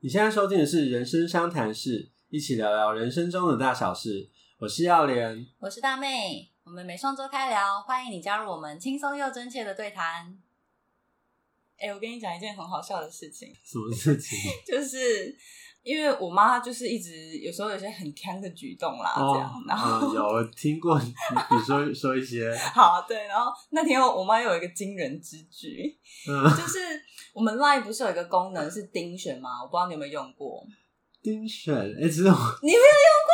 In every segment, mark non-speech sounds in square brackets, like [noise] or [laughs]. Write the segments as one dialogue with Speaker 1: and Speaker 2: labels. Speaker 1: 你现在收听的是《人生商谈室》，一起聊聊人生中的大小事。我是耀莲，
Speaker 2: 我是大妹，我们每双周开聊，欢迎你加入我们轻松又真切的对谈。哎、我跟你讲一件很好笑的事情，
Speaker 1: 什么事
Speaker 2: [laughs]
Speaker 1: 情？
Speaker 2: 就是因为我妈就是一直有时候有些很坑的举动啦，啊这样，然后、
Speaker 1: 嗯有我听过你你说说一些，
Speaker 2: [laughs] 好对，然后那天我妈又有一个惊人之
Speaker 1: [laughs]
Speaker 2: 举，
Speaker 1: 嗯，
Speaker 2: 就是我们 Line 不是有一个功能是盯选吗？我不知道你有没有用过，
Speaker 1: 丁选，哎、其实我
Speaker 2: 你没有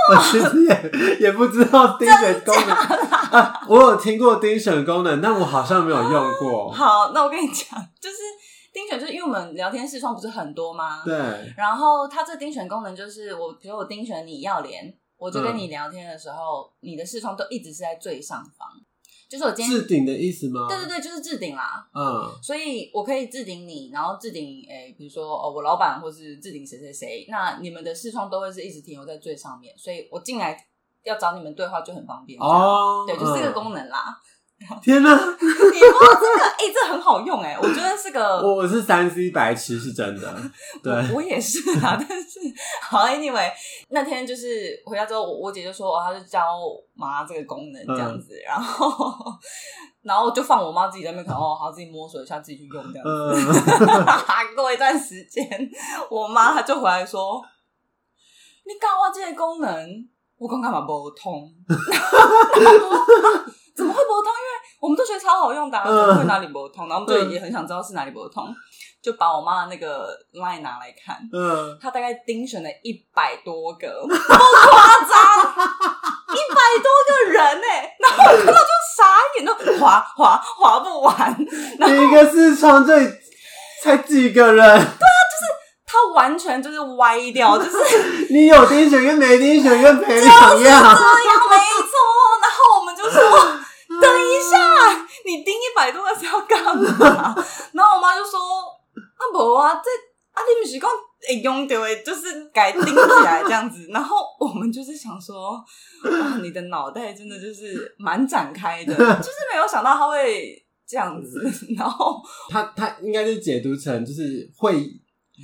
Speaker 1: 我其实也也不知道丁选功能啊，我有听过丁选功能，但我好像没有用过。
Speaker 2: 好，那我跟你讲，就是盯选，就是因为我们聊天视窗不是很多吗？
Speaker 1: 对，
Speaker 2: 然后它这盯选功能就是我，比如我盯选你要连，我就跟
Speaker 1: 嗯
Speaker 2: 你聊天的时候，你的视窗都一直是在最上方，就是我今天
Speaker 1: 置顶的意思吗？
Speaker 2: 对对，对，就是置顶啦。
Speaker 1: 嗯
Speaker 2: 所以我可以置顶你，然后置顶诶，比如说哦，我老板或是置顶谁谁谁，那你们的视窗都会是一直停留在最上面，所以我进来要找你们对话就很方便。
Speaker 1: 哦，
Speaker 2: 这样，对，就是这个
Speaker 1: 嗯
Speaker 2: 功能啦。
Speaker 1: 天哪，
Speaker 2: 你不知道这个，哎、这很好用哎、我觉得是个
Speaker 1: 我我是三 C 白痴是真
Speaker 2: [laughs]
Speaker 1: 的，对，
Speaker 2: 我我也是啊， [laughs] 但是好，anyway，那天就是回家之后，我我姐就说，哦，她就教我妈这个功能这样子，然后 [laughs] 然后就放我妈自己在那边看，哦，好，自己摸索一下，自己去用这样子。
Speaker 1: 嗯，
Speaker 2: [laughs] 过一段时间，我妈她就回来说，你搞我这些功能，我讲干嘛不通？ [laughs] 怎么会不通？因为我们都觉得超好用的、啊，怎么会哪里不通？然后我们就也很想知道是哪里不通，就把我妈的那个 line 拿来看。
Speaker 1: 嗯，
Speaker 2: 他大概盯选了一百多个，不夸张，一百多个人哎、然后我看到就傻眼，都划划划不完。
Speaker 1: [laughs]
Speaker 2: 然
Speaker 1: 第一个是床这里才几个人，
Speaker 2: 他完全就是歪掉， [laughs] 就是
Speaker 1: 你有丁选跟没丁选跟陪两
Speaker 2: 这 [laughs]
Speaker 1: 样，
Speaker 2: 样没错。然后我们就说。等一下，你盯一百多个是要干嘛？然后我妈就说：“啊，无啊，这啊，你不是讲会用到的，就是改盯起来这样子。”然后我们就是想说，哇，你的脑袋真的就是蛮展开的，就是没有想到他会这样子。 [laughs] 然后，
Speaker 1: 他他应该是解读成就是会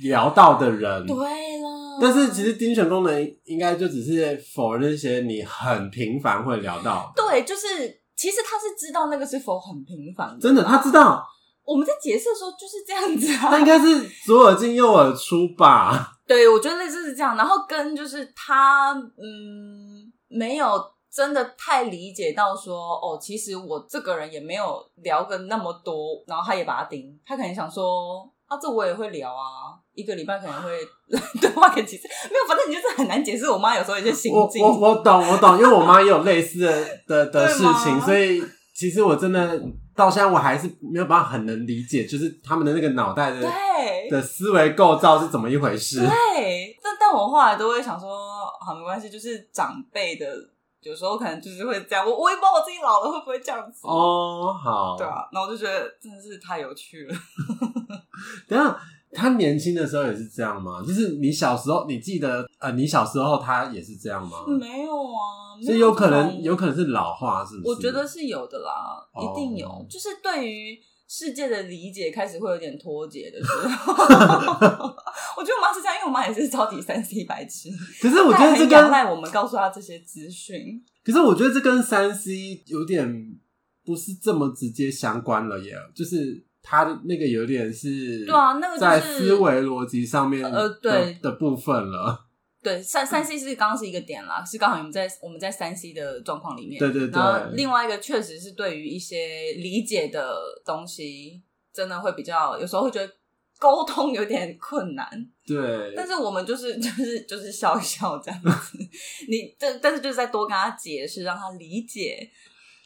Speaker 1: 聊到的人，
Speaker 2: 对啊了，
Speaker 1: 但是其实丁选功能应该就只是否认那些你很频繁会聊到，
Speaker 2: 对，就是其实他是知道那个是否很频繁的，
Speaker 1: 真的他知道，
Speaker 2: 我们在解释的时候就是这样子
Speaker 1: 他应
Speaker 2: 啊。
Speaker 1: 该是左耳进右耳出吧，
Speaker 2: [laughs] 对，我觉得类似是这样，然后跟就是他嗯没有。真的太理解到说哦，其实我这个人也没有聊个那么多，然后他也把它盯，他可能想说啊，这我也会聊啊，一个礼拜可能会 [laughs] 对话个几次，没有，反正你就是很难解释我妈有时候一些心
Speaker 1: 我
Speaker 2: 境。
Speaker 1: 我我懂我懂，因为我妈也有类似
Speaker 2: [laughs]
Speaker 1: 的的的
Speaker 2: 对
Speaker 1: 事
Speaker 2: 吗
Speaker 1: 情，所以其实我真的到现在我还是没有办法很能理解，就是他们的那个脑袋的
Speaker 2: 对，
Speaker 1: [laughs] 的思维构造是怎么一回事。
Speaker 2: 对，啊但但我后来都会想说，好没关系，就是长辈的，有时候可能就是会这样。我我也不知道我自己老了会不会这样
Speaker 1: [laughs]
Speaker 2: 子。
Speaker 1: 哦，好，
Speaker 2: 对啊，那我就觉得真的是太有趣
Speaker 1: [laughs]
Speaker 2: 了。
Speaker 1: 等一下他年轻的时候也是这样吗？就是你小时候，你记得呃，你小时候他也是这样吗？
Speaker 2: 嗯没有啊，
Speaker 1: 所
Speaker 2: 没
Speaker 1: 以有
Speaker 2: 这
Speaker 1: 可能，
Speaker 2: 种
Speaker 1: 有可能是老化，是不是？
Speaker 2: 我觉得是有的啦，
Speaker 1: 哦
Speaker 2: 一定有。就是对于世界的理解开始会有点脱节的时
Speaker 1: [laughs]
Speaker 2: 候，我觉得我妈是这样，因为我妈也是超级三 C 白痴，
Speaker 1: 可是我觉得
Speaker 2: 她
Speaker 1: 这
Speaker 2: 很仰
Speaker 1: 跟，
Speaker 2: 赖我们告诉她这些资讯。
Speaker 1: 可是我觉得这跟三 C 有点不是这么直接相关了耶，就是他的那个有点是，
Speaker 2: 对啊，那个
Speaker 1: 在
Speaker 2: 就是
Speaker 1: 思维逻辑上面
Speaker 2: 呃
Speaker 1: 的
Speaker 2: 对
Speaker 1: 的部分了，
Speaker 2: 对，
Speaker 1: 嗯
Speaker 2: 三三 C 是刚刚是一个点啦，是刚好我们在我们在三 C 的状况里面。
Speaker 1: 对对对
Speaker 2: 然后另外一个确实是对于一些理解的东西，真的会比较有时候会觉得沟通有点困难。
Speaker 1: 对，
Speaker 2: 但是我们就是就是就是笑一笑这样子。 [laughs] 你但但是就是再多跟他解释，让他理解。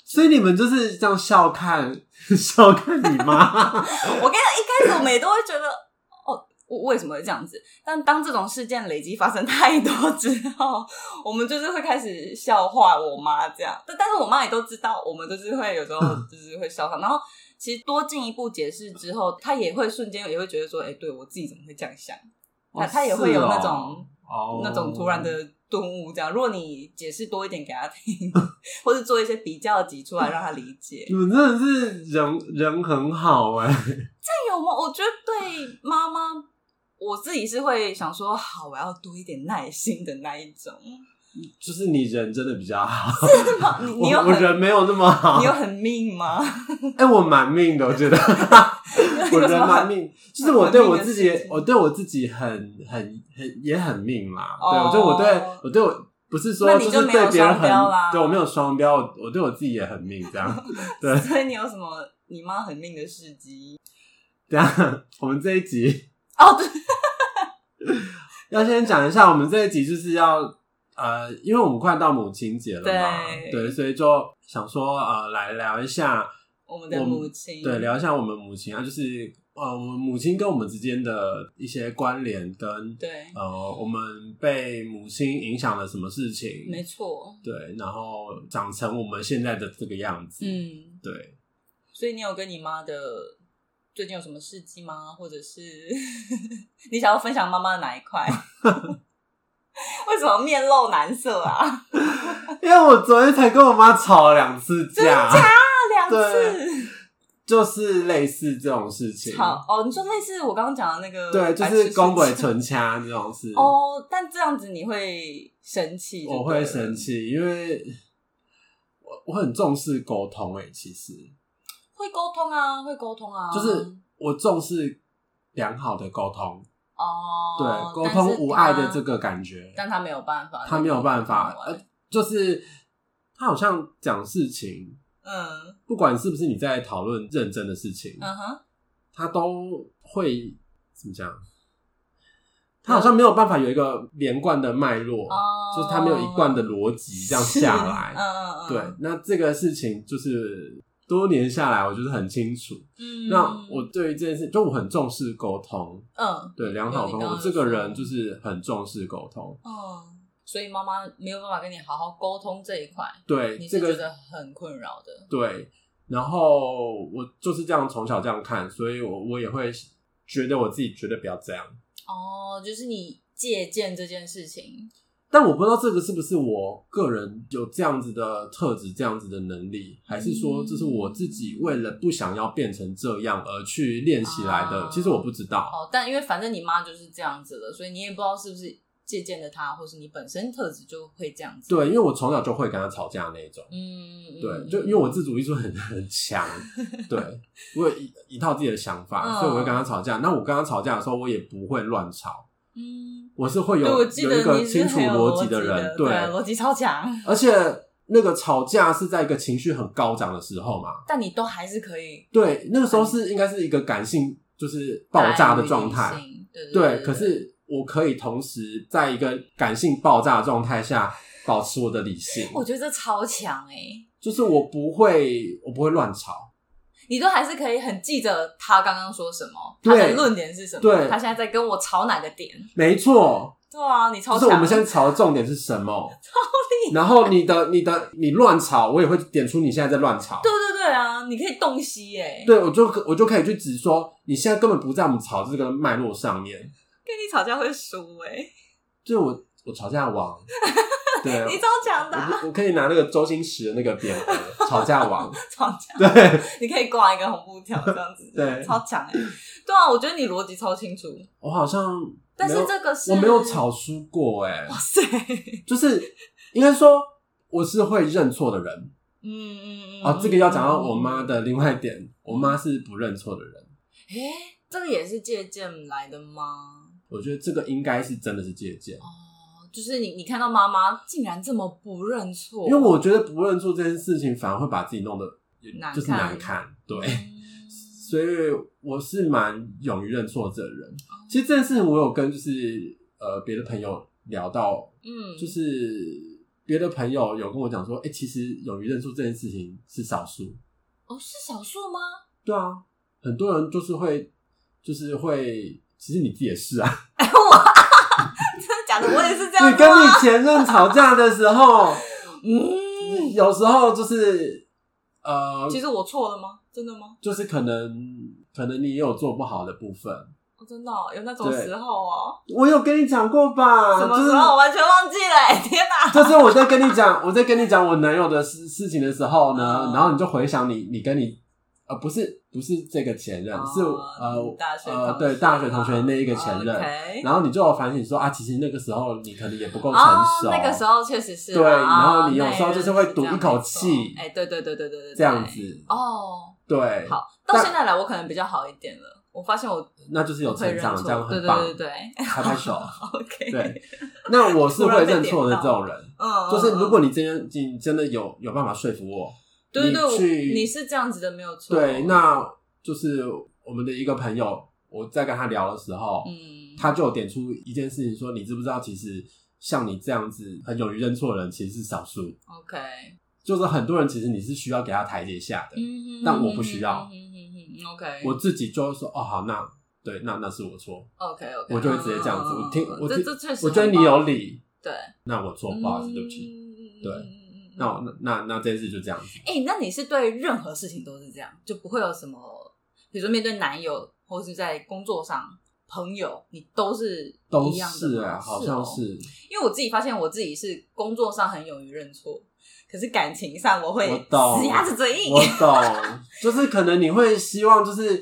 Speaker 1: 所以你们就是这样笑看 [laughs] 笑看你妈，
Speaker 2: 我跟你讲，一开始我们也都会觉得。哦，我为什么会这样子？但当这种事件累积发生太多之后，我们就是会开始笑话我妈这样。但但是我妈也都知道，我们就是会有时候就是会笑她。然后其实多进一步解释之后，她也会瞬间也会觉得说：“哎、对我自己怎么会这样想？”她、她也会有 [laughs] 那种、
Speaker 1: 哦
Speaker 2: 那种突然的顿悟。这样，如果你解释多一点给她听， [laughs] 或是做一些比较级出来让她理解，
Speaker 1: 你们真的是人人很好哎、
Speaker 2: 有吗？我觉得对妈妈我自己是会想说，好，我要多一点耐心的那一
Speaker 1: [laughs]
Speaker 2: 种。
Speaker 1: 就是你人真的比较好，
Speaker 2: 是吗？你你有
Speaker 1: 我我
Speaker 2: 很
Speaker 1: 人没有那么好
Speaker 2: 你。有很命吗？
Speaker 1: 哎、我蛮命的，我
Speaker 2: [laughs]
Speaker 1: 觉得我
Speaker 2: 有
Speaker 1: 人
Speaker 2: 什么
Speaker 1: 蛮命，就是我对我自己
Speaker 2: 蛮命的事，情
Speaker 1: 我对我自己很很很也很命嘛。对，
Speaker 2: 哦
Speaker 1: 我对我对我对我不是
Speaker 2: 那
Speaker 1: 说
Speaker 2: 你就是没有
Speaker 1: 对别人
Speaker 2: 双标啦
Speaker 1: 很，对我没有双标，我我对我自己也很命这样。 [laughs] [laughs] 对，
Speaker 2: 所以你有什么你妈很命的事迹？
Speaker 1: 这样我们这一集
Speaker 2: 哦，对，
Speaker 1: 要先讲一下，我们这一集就是要呃，因为我们快到母亲节了嘛，
Speaker 2: 对
Speaker 1: 对，所以就想说呃，来聊一下，
Speaker 2: 我们的母亲，
Speaker 1: 对，聊一下我们母亲啊，就是呃，我们母亲跟我们之间的一些关联跟。
Speaker 2: 对，
Speaker 1: 呃，我们被母亲影响了什么事情？
Speaker 2: 没错，
Speaker 1: 对，然后长成我们现在的这个样子。，
Speaker 2: 嗯，
Speaker 1: 对，
Speaker 2: 所以你有跟你妈的最近有什么事迹吗？或者是 [laughs] 你想要分享妈妈的哪一块？ [laughs] 为什么面露难色啊？ [laughs]
Speaker 1: 因为我昨天才跟我妈吵了两次架，
Speaker 2: 那两
Speaker 1: 对
Speaker 2: 次
Speaker 1: 就是类似这种事情。
Speaker 2: 好哦，你说类似我刚刚讲的那个
Speaker 1: 对，就
Speaker 2: 白痴
Speaker 1: 是
Speaker 2: 事
Speaker 1: 公鬼
Speaker 2: 情
Speaker 1: 存掐这种事。
Speaker 2: [laughs] 哦，但这样子你会生气，
Speaker 1: 我会生，气，因为我我很重视沟通诶、其实
Speaker 2: 会沟通啊，会沟通啊，
Speaker 1: 就是我重视良好的沟通，
Speaker 2: 哦，
Speaker 1: 对沟
Speaker 2: 但
Speaker 1: 通
Speaker 2: 是
Speaker 1: 无碍的
Speaker 2: 他
Speaker 1: 这个感觉，
Speaker 2: 但他没有办法，
Speaker 1: 他没有办法，
Speaker 2: 那个
Speaker 1: 呃，就是他好像讲事情，
Speaker 2: 嗯
Speaker 1: 不管是不是你在讨论认真的事情，
Speaker 2: 嗯哼，
Speaker 1: 他都会怎么讲？他好像没有办法有一个连贯的脉络，
Speaker 2: 啊哦，
Speaker 1: 就是他没有一贯的逻辑这样下来
Speaker 2: 是， [laughs] 嗯嗯嗯，
Speaker 1: 对，那这个事情就是多年下来，我就是很清楚。
Speaker 2: 嗯，
Speaker 1: 那我对于这件事，就我很重视沟通，
Speaker 2: 嗯
Speaker 1: 对良好
Speaker 2: 有你
Speaker 1: 沟通。
Speaker 2: 刚
Speaker 1: 我
Speaker 2: 刚
Speaker 1: 这个
Speaker 2: 说
Speaker 1: 人就是很重视沟通，
Speaker 2: 嗯，所以妈妈没有办法跟你好好沟通这一块，
Speaker 1: 对
Speaker 2: 你
Speaker 1: 这
Speaker 2: 是觉
Speaker 1: 个
Speaker 2: 得很困扰的，
Speaker 1: 对。然后我就是这样从小这样看，所以我我也会觉得我自己绝对不要这样。
Speaker 2: 哦，就是你借鉴这件事情，
Speaker 1: 但我不知道这个是不是我个人有这样子的特质、这样子的能力，还是说这是
Speaker 2: 嗯
Speaker 1: 我自己为了不想要变成这样而去练习来的？
Speaker 2: 啊
Speaker 1: 其实我不知道。
Speaker 2: 哦，但因为反正你妈就是这样子的，所以你也不知道是不是借鉴的她，或是你本身特质就会这样子，
Speaker 1: 对，因为我从小就会跟他吵架那一种。
Speaker 2: 嗯，嗯，
Speaker 1: 对，
Speaker 2: 嗯
Speaker 1: 就因为我自主意识很很
Speaker 2: [laughs]
Speaker 1: 强，对我有一一套自己的想法，
Speaker 2: 嗯
Speaker 1: 所以我会跟他吵架。那我跟他吵架的时候，我也不会乱吵，
Speaker 2: 嗯，
Speaker 1: 我是会有
Speaker 2: 对，我记
Speaker 1: 有一
Speaker 2: 得
Speaker 1: 个
Speaker 2: 你是
Speaker 1: 清楚
Speaker 2: 很有
Speaker 1: 逻
Speaker 2: 辑
Speaker 1: 辑的人，
Speaker 2: 对，啊逻辑超强，
Speaker 1: 而且那个吵架是在一个情绪很高涨的时候嘛，
Speaker 2: 但你都还是可以
Speaker 1: 对，那个时候是应该是一个感性就是爆炸的状态
Speaker 2: 大于，理性，对对
Speaker 1: 对，可是我可以同时在一个感性爆炸的状态下保持我的理性，
Speaker 2: 我觉得这超强哎、
Speaker 1: 就是我不会我不会乱吵。
Speaker 2: 你都还是可以很记着他刚刚说什么，他
Speaker 1: 对
Speaker 2: 的论点是什么，
Speaker 1: 对
Speaker 2: 他现在在跟我吵哪个点，
Speaker 1: 没错，
Speaker 2: 对啊，你
Speaker 1: 就
Speaker 2: 超
Speaker 1: 是
Speaker 2: 强，
Speaker 1: 我们现在吵的重点是什
Speaker 2: [laughs]
Speaker 1: 么？
Speaker 2: 厉
Speaker 1: 然后你的、你的、你乱吵，我也会点出你现在在乱吵。
Speaker 2: 对对对啊，你可以洞悉哎、
Speaker 1: 对，我就我就可以去指说，你现在根本不在我们吵这个脉络上面。
Speaker 2: 跟你吵架会输哎、
Speaker 1: 就是我我吵架
Speaker 2: [laughs]
Speaker 1: 王，对，
Speaker 2: 你超强的啊、
Speaker 1: 我我可以拿那个周星驰的那个匾额，吵架
Speaker 2: [laughs]
Speaker 1: 王。
Speaker 2: 吵架
Speaker 1: 对，
Speaker 2: 你可以挂一个红布条这样子，
Speaker 1: 对
Speaker 2: 超强哎、对啊，我觉得你逻辑超清楚，
Speaker 1: 我好像没有，
Speaker 2: 但是这个是
Speaker 1: 我没有，吵输过、欸，
Speaker 2: 哇塞，
Speaker 1: 就是应该说我是会认错的人
Speaker 2: 嗯嗯嗯，
Speaker 1: 啊。这个要讲到我妈
Speaker 2: 嗯
Speaker 1: 的另外一点，我妈是不认错的人。
Speaker 2: 诶，这个也是借鉴来的吗？
Speaker 1: 我觉得这个应该是真的是借鉴，
Speaker 2: 哦，就是你你看到妈妈竟然这么不认错，
Speaker 1: 因为我觉得不认错这件事情反而会把自己弄得
Speaker 2: 难看
Speaker 1: 就是难看，对， [laughs]
Speaker 2: 嗯
Speaker 1: 所以我是蛮勇于认错的人。
Speaker 2: 哦
Speaker 1: 其实这件事情我有跟就是呃别的朋友聊到，
Speaker 2: 嗯，
Speaker 1: 就是别的朋友有跟我讲说，哎、其实勇于认错这件事情是少数，
Speaker 2: 哦是少数吗？ [laughs]
Speaker 1: 对啊，很多人就是会就是会，其实你自己也是啊，
Speaker 2: 真的假的？我也是这
Speaker 1: 你
Speaker 2: 样子啊
Speaker 1: 跟
Speaker 2: 吗？
Speaker 1: 你前任吵架的时 [laughs] 候。
Speaker 2: 嗯，
Speaker 1: 有时候就是呃，
Speaker 2: 其实我错了吗？真的吗？
Speaker 1: 就是可能可能你也有做不好的部分，
Speaker 2: 我、真的哦、有那种
Speaker 1: 对
Speaker 2: 时候哦，
Speaker 1: 我有跟你讲过吧？
Speaker 2: 什么
Speaker 1: 就
Speaker 2: 时
Speaker 1: 是
Speaker 2: 候我完全忘记了、哎天 [laughs] 哪！
Speaker 1: 就是我在跟你讲，我在跟你讲我男友的事事情的时候呢，
Speaker 2: 嗯
Speaker 1: 然后你就回想你你跟你呃，不是不是这个前任，是呃
Speaker 2: 哦嗯大学
Speaker 1: 呃
Speaker 2: 同
Speaker 1: 对
Speaker 2: 学
Speaker 1: 大学
Speaker 2: 嘛
Speaker 1: 同学那一个前任，
Speaker 2: OK
Speaker 1: 然后你就有反省说啊，其实那个时候你可能也不够成
Speaker 2: 哦，
Speaker 1: 熟，
Speaker 2: 那个时候确实是啊，
Speaker 1: 对然后你有
Speaker 2: 那
Speaker 1: 时候就是会赌一口气
Speaker 2: 哎，对对对对对对，对
Speaker 1: 这样。子，
Speaker 2: 哦，
Speaker 1: 对，
Speaker 2: 好，到
Speaker 1: 但
Speaker 2: 现在来我可能比较好一点了。我发现我
Speaker 1: 那就是有
Speaker 2: 会
Speaker 1: 成
Speaker 2: 认
Speaker 1: 长，
Speaker 2: 错，
Speaker 1: 这样
Speaker 2: 对
Speaker 1: 很
Speaker 2: 对
Speaker 1: 棒，
Speaker 2: 对对 [laughs] 对
Speaker 1: 拍拍手。
Speaker 2: ，OK，
Speaker 1: 对，那我是会认错的这种人，
Speaker 2: 嗯，
Speaker 1: 就是如果
Speaker 2: 你
Speaker 1: 你今天你真的有有办法说服我，
Speaker 2: 对对对，
Speaker 1: 你
Speaker 2: 我
Speaker 1: 去
Speaker 2: 你是这样子的，没有错。
Speaker 1: 对，那就是我们的一个朋友，我在跟他聊的时候，
Speaker 2: 嗯，
Speaker 1: 他就有点出一件事情说，你知不知道，其实像你这样子很勇于认错的人，其实是少数，
Speaker 2: OK，
Speaker 1: 就是很多人其实你是需要给他台阶下的。
Speaker 2: 嗯，
Speaker 1: 但我不需要
Speaker 2: 嗯嗯嗯，OK，
Speaker 1: 我自己就会说，哦，好，那对，那那是我错，
Speaker 2: OK OK，
Speaker 1: 我就会直接这
Speaker 2: 嗯
Speaker 1: 样子。我听，我
Speaker 2: 这
Speaker 1: 听
Speaker 2: 这确实，
Speaker 1: 我
Speaker 2: 嗯
Speaker 1: 觉得你有理，
Speaker 2: 对，嗯
Speaker 1: 那我错，不好意思，对不起。
Speaker 2: 起
Speaker 1: 对
Speaker 2: 对
Speaker 1: 那我那那那这件事就这样子，
Speaker 2: 哎、那你是对任何事情都是这样，就不会有什么，比如说面对男友，或是在工作上、朋友，你都是
Speaker 1: 都
Speaker 2: 一样的
Speaker 1: 是
Speaker 2: 吗
Speaker 1: 啊，好像
Speaker 2: 哦
Speaker 1: 是。
Speaker 2: [laughs] 因为我自己发现我自己是工作上很勇于认错，可是感情上我会
Speaker 1: 我懂
Speaker 2: 死鸭子嘴硬
Speaker 1: 我。懂，就是可能你会希望就是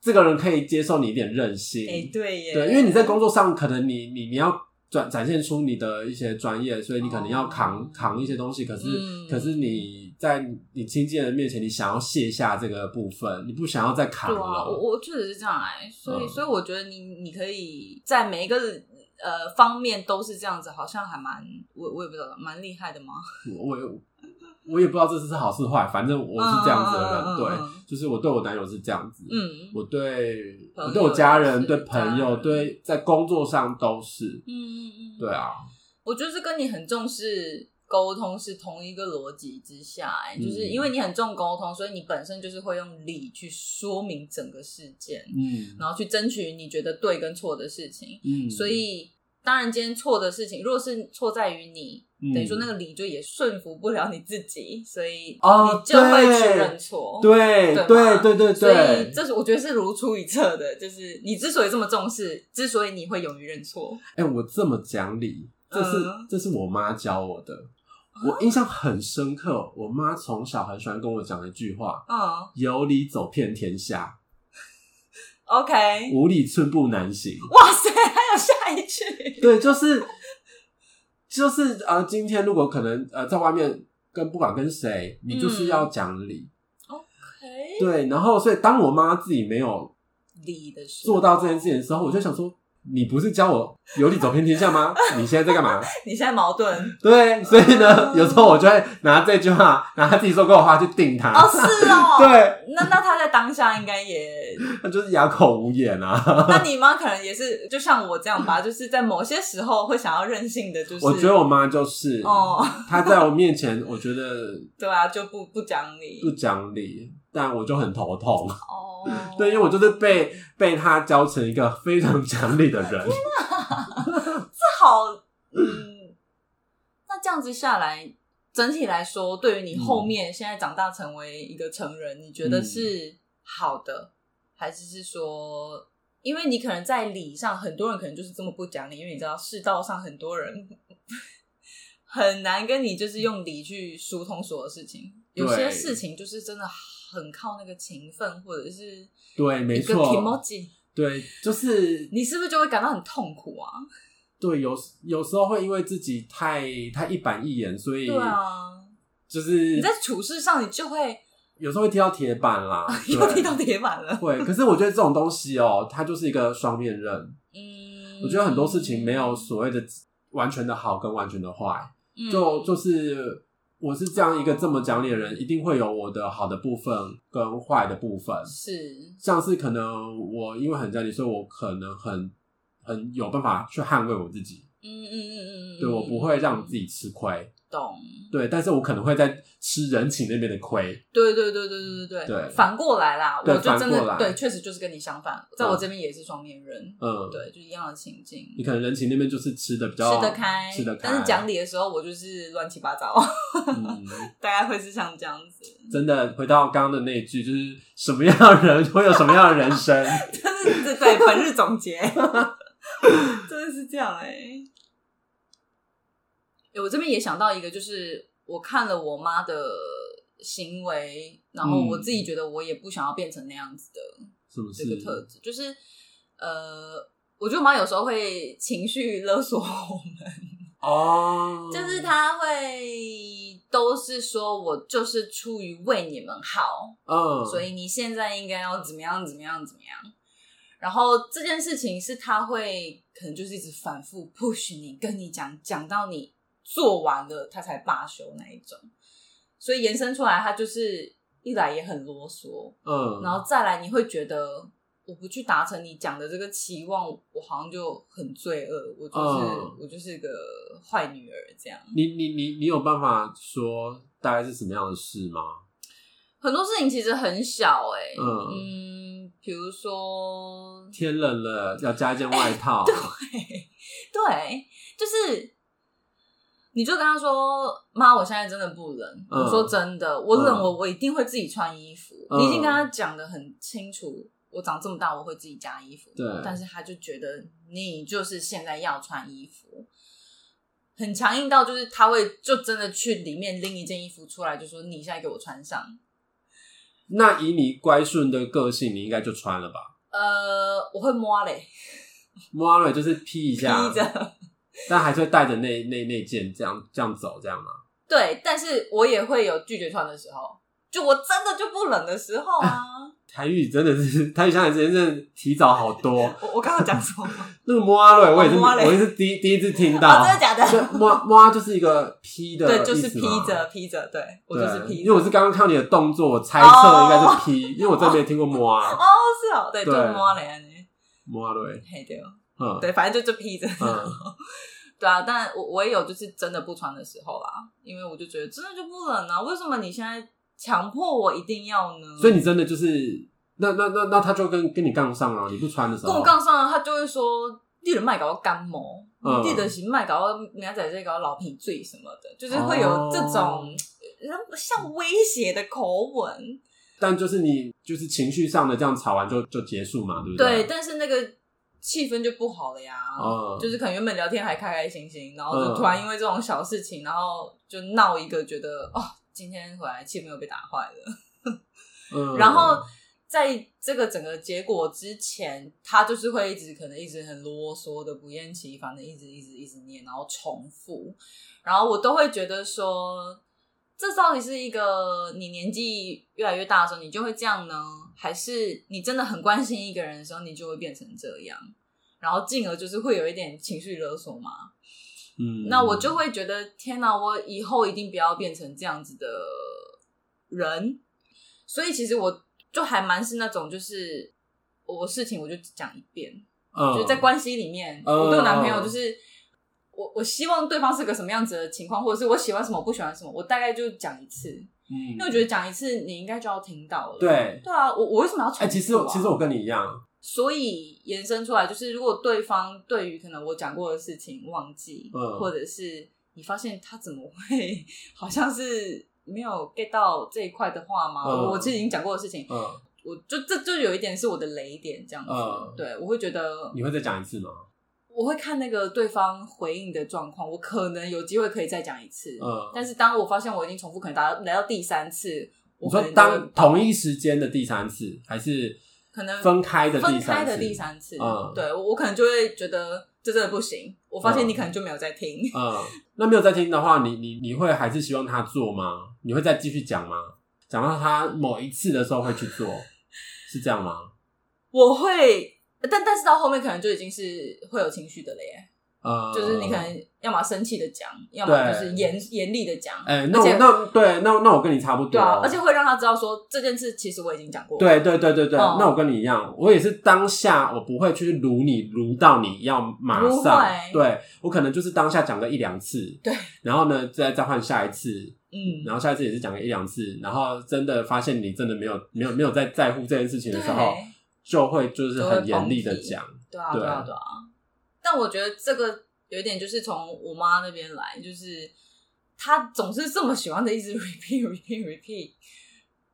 Speaker 1: 这个人可以接受你一点任性，
Speaker 2: 哎、对耶，
Speaker 1: 对，因为你在工作上可能你你你要展展现出你的一些专业，所以你可能要扛、
Speaker 2: 哦
Speaker 1: 扛一些东西，可是、
Speaker 2: 嗯
Speaker 1: 可是你在你亲近的人面前，你想要卸下这个部分，你不想要再扛
Speaker 2: 对
Speaker 1: 了，
Speaker 2: 啊，我我确实是这样哎、所以、
Speaker 1: 嗯
Speaker 2: 所以我觉得你你可以在每一个呃方面都是这样子，好像还蛮我我也不知道蛮厉害的吗？
Speaker 1: 我我我也不知道这是好是坏，反正我是这样子的人，
Speaker 2: 嗯嗯嗯嗯嗯
Speaker 1: 对，就是我对我男友是这样子，
Speaker 2: 嗯
Speaker 1: 我对
Speaker 2: 朋友
Speaker 1: 我对我家
Speaker 2: 也
Speaker 1: 人、
Speaker 2: 是
Speaker 1: 对朋
Speaker 2: 家
Speaker 1: 友、
Speaker 2: 人
Speaker 1: 对在工作上都是
Speaker 2: 嗯，嗯嗯，
Speaker 1: 对啊，
Speaker 2: 我就是跟你很重视沟通是同一个逻辑之下、哎
Speaker 1: 嗯
Speaker 2: 就是因为你很重沟通，所以你本身就是会用理去说明整个事件，
Speaker 1: 嗯
Speaker 2: 然后去争取你觉得对跟错的事情。
Speaker 1: 嗯，
Speaker 2: 所以，当然今天错的事情，如果是错在于你，
Speaker 1: 嗯
Speaker 2: 等于说那个理就也顺服不了你自己，所以
Speaker 1: 哦
Speaker 2: 你就会去
Speaker 1: 对
Speaker 2: 认错。
Speaker 1: 对
Speaker 2: 对
Speaker 1: 对
Speaker 2: 嘛
Speaker 1: 对对
Speaker 2: 所以
Speaker 1: 对，
Speaker 2: 这是我觉得是如出一辙的，就是你之所以这么重视，之所以你会勇于认错，
Speaker 1: 哎、我这么讲理，这是、
Speaker 2: 嗯
Speaker 1: 这是我妈教我的，我印象很深刻。我妈从小很喜欢跟我讲一句话：
Speaker 2: 嗯
Speaker 1: 有理走遍天下，
Speaker 2: ，OK，
Speaker 1: 无理寸步难行。
Speaker 2: 哇塞，还有下一句，
Speaker 1: 对，就是就是呃，今天如果可能呃，在外面跟不管跟谁，你就是要讲理。
Speaker 2: OK，
Speaker 1: 对，然后所以当我妈自己没有
Speaker 2: 哎理的时候
Speaker 1: 做到这件事情的时候，我就想说。你不是教我有理走遍天下吗？你现在在干嘛？
Speaker 2: 你现在矛盾
Speaker 1: [laughs] 对，所以呢，
Speaker 2: 哦
Speaker 1: 有时候我就会拿这句话，拿他自己说过的话去定他。
Speaker 2: 哦，是哦，，
Speaker 1: 啊 [laughs] 对，
Speaker 2: 那那他在当下应
Speaker 1: [laughs]
Speaker 2: 该也，
Speaker 1: 那就是哑口无言啊。
Speaker 2: 那你妈可能也是，就像我这
Speaker 1: [laughs]
Speaker 2: 样吧，就是在某些时候会想要任性的，就是
Speaker 1: 我觉得我妈就是，
Speaker 2: 哦，
Speaker 1: 她在我面前，我觉得
Speaker 2: 对啊，就不不讲理
Speaker 1: 不讲理，但我就很头痛。
Speaker 2: 哦，
Speaker 1: 对，因为我就是被被她教成一个非常讲理的
Speaker 2: [laughs]
Speaker 1: 人。
Speaker 2: 这好，嗯，那这样子下来。整体来说，对于你
Speaker 1: 嗯
Speaker 2: 后面现在长大成为一个成人，你觉得是好的，还是是说，因为你可能在理上，很多人可能就是这么不讲理，因为你知道世道上很多人 [laughs] 很难跟你就是用理去疏通所有事情，有些
Speaker 1: 对
Speaker 2: 事情就是真的很靠那个情分或者是
Speaker 1: 对，没
Speaker 2: 一个
Speaker 1: 错，
Speaker 2: emoji，
Speaker 1: 对，就是
Speaker 2: 你是不是就会感到很痛苦啊？
Speaker 1: 对，有有时候会因为自己太太一板一眼，所以
Speaker 2: 对啊，
Speaker 1: 就是
Speaker 2: 你在处事上你就会，
Speaker 1: 有时候会踢到铁板啦
Speaker 2: 又
Speaker 1: 对
Speaker 2: [laughs] 踢到铁板了。
Speaker 1: 会，可是我觉得这种东西哦、它就是一个双面刃。
Speaker 2: 嗯，
Speaker 1: 我觉得很多事情没有所谓的完全的好跟完全的坏，
Speaker 2: 嗯
Speaker 1: 就就是我是这样一个这么讲理的人，一定会有我的好的部分跟坏的部分。
Speaker 2: 是
Speaker 1: 像是可能我因为很讲理，所以我可能很很有办法去捍卫我自己，
Speaker 2: 嗯嗯嗯嗯嗯，
Speaker 1: 对我不会让自己吃亏，
Speaker 2: 嗯懂。
Speaker 1: 对，但是我可能会在吃人情那边的亏，
Speaker 2: 对对对对对对
Speaker 1: 对
Speaker 2: 反过来啦，我
Speaker 1: 对
Speaker 2: 就真
Speaker 1: 反过
Speaker 2: 的
Speaker 1: 来
Speaker 2: 对，确实就是跟你相反，在我这边也是双面人，
Speaker 1: 嗯，，
Speaker 2: 对，就一样的情境，
Speaker 1: 你可能人情那边就是吃的比较
Speaker 2: 吃得开，
Speaker 1: 吃得开，
Speaker 2: 但是讲理的时候我就是乱七八糟， [laughs]
Speaker 1: 嗯，
Speaker 2: 大概会是像这样子，
Speaker 1: 真的回到刚刚的那一句，就是什么样的人会有什么样的人
Speaker 2: [laughs]
Speaker 1: 生。
Speaker 2: 但是对对，本日总结， [laughs] 真的是这样哎、欸我这边也想到一个，就是我看了我妈的行为，然后
Speaker 1: 嗯
Speaker 2: 我自己觉得我也不想要变成那样子的
Speaker 1: 是不
Speaker 2: 这
Speaker 1: 是？
Speaker 2: 个特质，就是呃，我觉得我妈有时候会情绪勒索我们，
Speaker 1: 哦，
Speaker 2: 就是她会都是说我就是出于为你们好，
Speaker 1: 嗯，
Speaker 2: 所以你现在应该要怎么样怎么样怎么样。然后这件事情是她会可能就是一直反复 push 你，跟你讲讲到你做完了，她才罢休那一种。所以延伸出来，她就是一来也很啰嗦，
Speaker 1: 嗯，
Speaker 2: 然后再来你会觉得我不去达成你讲的这个期望，我好像就很罪恶，我就是、
Speaker 1: 嗯
Speaker 2: 我就是个坏女儿这样。
Speaker 1: 你你你你有办法说大概是什么样的事吗？
Speaker 2: 很多事情其实很小哎、欸，
Speaker 1: 嗯
Speaker 2: 嗯，比如说，
Speaker 1: 天冷了，要加一件外套。
Speaker 2: 哎对对，就是。你就跟他说：“妈，我现在真的不冷。
Speaker 1: 嗯
Speaker 2: 我说真的，我冷
Speaker 1: 嗯
Speaker 2: 我我一定会自己穿衣服。
Speaker 1: 嗯
Speaker 2: 你已经跟他讲的很清楚，我长这么大我会自己加衣服。
Speaker 1: 对
Speaker 2: 但是他就觉得你就是现在要穿衣服，很强硬到就是他会就真的去里面拎一件衣服出来，就说你现在给我穿上。
Speaker 1: 那以你乖顺的个性，你应该就穿了吧？
Speaker 2: 呃，我会摸嘞，
Speaker 1: 摸了就是披一
Speaker 2: 披
Speaker 1: 下，
Speaker 2: 着。
Speaker 1: 但还是会带着那那那件这样这样走这样吗？
Speaker 2: 对，但是我也会有拒绝穿的时候，就我真的就不冷的时候啊。
Speaker 1: 台语真的是，台语想想之前真的提早好多。
Speaker 2: 我我刚刚讲什
Speaker 1: [laughs]
Speaker 2: 么？
Speaker 1: 那个摸阿瑞，我也是，
Speaker 2: 哦摸阿瑞
Speaker 1: 我也是第一第一次听
Speaker 2: 哦，
Speaker 1: 到。
Speaker 2: 真的假
Speaker 1: 就
Speaker 2: 的？
Speaker 1: 摸摸就是一个披啊的意思吗，
Speaker 2: 对，就是披着披着，对我就
Speaker 1: 对，
Speaker 2: 是披
Speaker 1: 因为我
Speaker 2: 着。
Speaker 1: 是刚刚看你的动作，我猜测应该是披，因为我真的没听过摸啊 [laughs]
Speaker 2: 哦，是哦，对，就
Speaker 1: 对
Speaker 2: 是摸嘞，安尼
Speaker 1: 摸阿瑞，
Speaker 2: 嘿对哦。
Speaker 1: 嗯，
Speaker 2: 对，反正就就披着。
Speaker 1: 嗯
Speaker 2: [laughs] 对啊，但我我也有就是真的不穿的时候啦，因为我就觉得真的就不冷啊，为什么你现在强迫我一定要呢？
Speaker 1: 所以你真的就是那那那那他就跟跟你杠上了，你不穿的时候
Speaker 2: 跟我杠上了，啊他就会说你的麦搞到干毛，
Speaker 1: 嗯
Speaker 2: 你的是麦搞到明仔这搞老皮醉什么的，就是会有这
Speaker 1: 哦
Speaker 2: 种、呃像威胁的口吻。
Speaker 1: 但就是你就是情绪上的这样吵完就就结束嘛，对不
Speaker 2: 对，
Speaker 1: 对，
Speaker 2: 但是那个气氛就不好了呀。
Speaker 1: 嗯
Speaker 2: 就是可能原本聊天还开开心心，然后就
Speaker 1: 嗯
Speaker 2: 突然因为这种小事情，然后就闹一个，觉得哦，今天回来气氛又被打坏了。
Speaker 1: 嗯
Speaker 2: 然后在这个整个结果之前，他就是会一直可能一直很啰嗦的、不厌其烦的，一直一直一直念，然后重复，然后我都会觉得说。这到底是一个你年纪越来越大的时候，你就会这样呢，还是你真的很关心一个人的时候，你就会变成这样，然后进而就是会有一点情绪勒索嘛？
Speaker 1: 嗯，
Speaker 2: 那我就会觉得天哪，我以后一定不要变成这样子的人。所以其实我就还蛮是那种，就是我事情我就只讲一遍，
Speaker 1: 嗯
Speaker 2: 就是在关系里面，
Speaker 1: 嗯
Speaker 2: 我对我男朋友就是。我我希望对方是个什么样子的情况，或者是我喜欢什么，我不喜欢什么，我大概就讲一次，
Speaker 1: 嗯
Speaker 2: 因为我觉得讲一次你应该就要听到了。
Speaker 1: 对
Speaker 2: 对啊，我我为什么要重复、
Speaker 1: 哎、
Speaker 2: 啊
Speaker 1: 其实我其实我跟你一样，
Speaker 2: 所以延伸出来就是，如果对方对于可能我讲过的事情忘记，
Speaker 1: 嗯
Speaker 2: 或者是你发现他怎么会好像是没有 get 到这一块的话吗？
Speaker 1: 嗯
Speaker 2: 我其实已经讲过的事情，
Speaker 1: 嗯，
Speaker 2: 我就这就有一点是我的雷点这样子。
Speaker 1: 嗯
Speaker 2: 对，我会觉得
Speaker 1: 你会再讲一次吗？
Speaker 2: 我会看那个对方回应的状况，我可能有机会可以再讲一次。
Speaker 1: 嗯
Speaker 2: 但是当我发现我已经重复，可能达到来到第三次，我
Speaker 1: 你
Speaker 2: 可
Speaker 1: 说
Speaker 2: 能就
Speaker 1: 当同一时间的第三次，还是
Speaker 2: 可能
Speaker 1: 分开的
Speaker 2: 分
Speaker 1: 第
Speaker 2: 开
Speaker 1: 三
Speaker 2: 的
Speaker 1: 次？
Speaker 2: 第三次，
Speaker 1: 嗯
Speaker 2: 对我我可能就会觉得这真的不行。我发现
Speaker 1: 嗯
Speaker 2: 你可能就没有在听，
Speaker 1: 嗯，那没有在听的话，你你你会还是希望他做吗？你会再继续讲吗？讲到他某一次的时候会去做， [laughs] 是这样吗？
Speaker 2: 我会，但但是到后面可能就已经是会有情绪的了耶，
Speaker 1: 呃，
Speaker 2: 就是你可能要么生气的讲，要么就是
Speaker 1: 对
Speaker 2: 严严厉的讲，
Speaker 1: 哎、那
Speaker 2: 而且
Speaker 1: 我那对那那我跟你差不多，
Speaker 2: 对啊，而且会让他知道说这件事其实我已经讲过，，
Speaker 1: 对对对对对，
Speaker 2: 嗯
Speaker 1: 那我跟你一样，我也是当下我不会去撸你，撸到你要马
Speaker 2: 不
Speaker 1: 上
Speaker 2: 会，
Speaker 1: 对我可能就是当下讲个一两次，
Speaker 2: 对，
Speaker 1: 然后呢再再换下一次，
Speaker 2: 嗯，
Speaker 1: 然后下一次也是讲个一两次，然后真的发现你真的没有没有没有在在乎这件事情
Speaker 2: 对
Speaker 1: 的时候，就会就是很严厉的讲，
Speaker 2: 对啊，
Speaker 1: 对
Speaker 2: 对啊，对啊。但我觉得这个有一点就是从我妈那边来，就是她总是这么喜欢的一直 [laughs] repeat repeat repeat，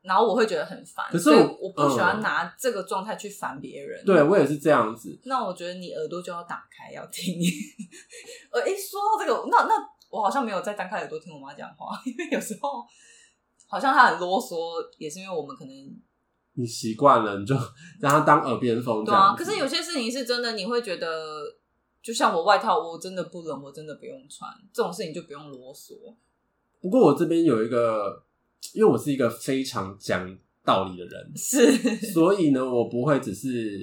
Speaker 2: 然后我会觉得很烦，
Speaker 1: 可是
Speaker 2: 所以
Speaker 1: 我
Speaker 2: 我不喜欢
Speaker 1: 嗯
Speaker 2: 拿这个状态去烦别人。
Speaker 1: 对我也是这样子，
Speaker 2: 那我觉得你耳朵就要打开，要听。 [laughs] 呃，一说到这个，那那我好像没有在张开耳朵听我妈讲话，因为有时候好像他很啰嗦，也是因为我们可能
Speaker 1: 你习惯了，你就让它当耳边风这
Speaker 2: 对啊。
Speaker 1: 样子。
Speaker 2: 可是有些事情是真的，你会觉得，就像我外套，我真的不冷，我真的不用穿，这种事情就不用啰嗦。
Speaker 1: 不过我这边有一个，因为我是一个非常讲道理的
Speaker 2: [laughs]
Speaker 1: 人，
Speaker 2: 是，
Speaker 1: 所以呢，我不会只是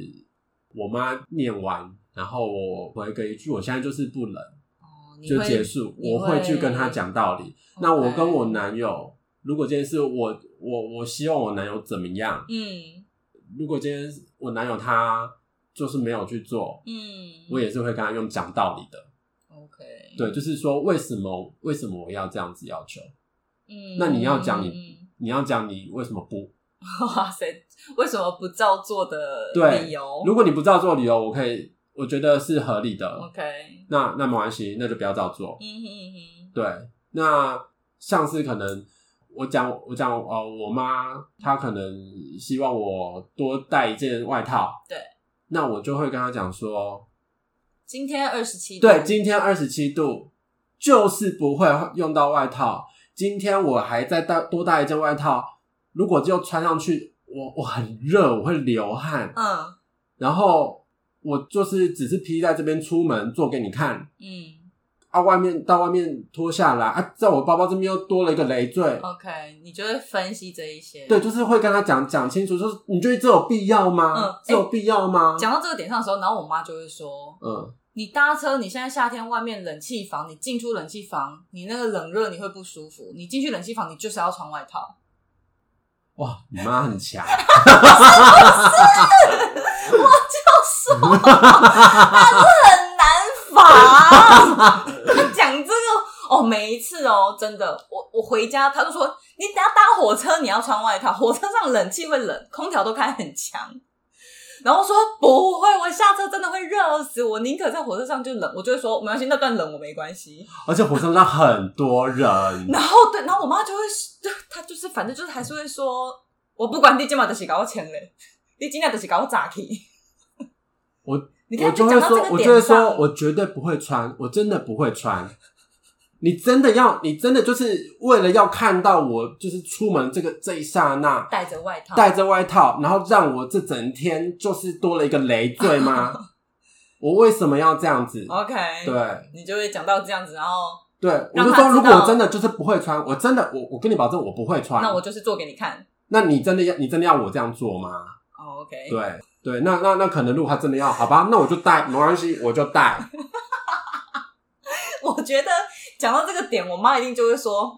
Speaker 1: 我妈念完，然后我回个一句，我现在就是不冷
Speaker 2: 哦，你
Speaker 1: 就
Speaker 2: 会
Speaker 1: 结束，
Speaker 2: 你
Speaker 1: 我会去跟她
Speaker 2: 会
Speaker 1: 讲道理。那我跟我
Speaker 2: OK
Speaker 1: 男友，如果今天是我我我希望我男友怎么样，
Speaker 2: 嗯
Speaker 1: 如果今天我男友他就是没有去做，
Speaker 2: 嗯，
Speaker 1: 我也是会跟他用讲道理的。
Speaker 2: OK，，
Speaker 1: 对，就是说为什么为什么我要这样子要求？
Speaker 2: 嗯，
Speaker 1: 那你要讲你
Speaker 2: 嗯嗯 [laughs]
Speaker 1: 你要讲你为什么不？
Speaker 2: 嗯哇塞，为什么不照做的
Speaker 1: 对
Speaker 2: 理由
Speaker 1: 如果你不照做理由，我可以我觉得是合理的，
Speaker 2: ？OK，
Speaker 1: 那那没关系，那就不要照做。
Speaker 2: 嗯哼嗯哼，
Speaker 1: 对，那像是可能我讲我讲呃，我妈她可能希望我多带一件外套，
Speaker 2: 对，
Speaker 1: 那我就会跟她讲说，
Speaker 2: 今天二十七，
Speaker 1: 对，今天二十七度，就是不会用到外套。今天我还再带多带一件外套，如果就穿上去，我我很热，我会流汗，
Speaker 2: 嗯
Speaker 1: 然后我就是只是披在这边出门做给你看。
Speaker 2: 嗯
Speaker 1: 啊，外面到外面脱下来啊，在我包包这边又多了一个累赘，
Speaker 2: ，OK，你就会分析这一些，
Speaker 1: 对，就是会跟他讲讲清楚，就是你觉得这有必要吗？
Speaker 2: 嗯
Speaker 1: 这有必要吗？
Speaker 2: 讲到这个点上的时候，然后我妈就会说：“
Speaker 1: 嗯，
Speaker 2: 你搭车，你现在夏天外面冷气房，你进出冷气房，你那个冷热你会不舒服。你进去冷气房，你就是要穿外套。
Speaker 1: 哇，你妈很强，
Speaker 2: 很难 [laughs] 防。她讲这个哦，每一次哦，真的，我我回家，她就说：你等下搭火车你要穿外套，火车上冷气会冷，空调都开很强。然后说不会，我下车真的会热死我，宁可在火车上就冷。我就会说没关系，那段冷我没关系。
Speaker 1: 而且火车上很多人，
Speaker 2: 然后对，然后我妈就会，她就是反正就是还是会说，我不管你今晚就是搞我钱嘞， [laughs] 你今天就是搞我炸去。
Speaker 1: 我
Speaker 2: [laughs] [laughs] 你
Speaker 1: 我
Speaker 2: 看，
Speaker 1: 就会
Speaker 2: 讲到
Speaker 1: 说，
Speaker 2: 这个
Speaker 1: 我就会
Speaker 2: 点
Speaker 1: 说，
Speaker 2: 上，
Speaker 1: 我绝对不会穿，我真的不会穿。你真的要，你真的就是为了要看到我，就是出门这个这一刹那，
Speaker 2: 带着外套，
Speaker 1: 带着外套，然后让我这整天就是多了一个累赘
Speaker 2: [laughs]
Speaker 1: 吗？我为什么要这样子？
Speaker 2: OK，，
Speaker 1: 对，啊
Speaker 2: 你就会讲到这样子，然后
Speaker 1: 对，我
Speaker 2: 让
Speaker 1: 就
Speaker 2: 他
Speaker 1: 说，
Speaker 2: 知
Speaker 1: 如果
Speaker 2: 道
Speaker 1: 我真的就是不会穿，我真的，我我跟你保证，我不会穿。
Speaker 2: 那我就是做给你看。
Speaker 1: 那你真的要，你真的要我这样做吗？
Speaker 2: 哦 OK，
Speaker 1: 对对，那那那可能，如果他真的要，好吧，那我就带，没关系，我就
Speaker 2: [laughs]
Speaker 1: 带。
Speaker 2: 我觉得讲到这个点，我妈一定就会说，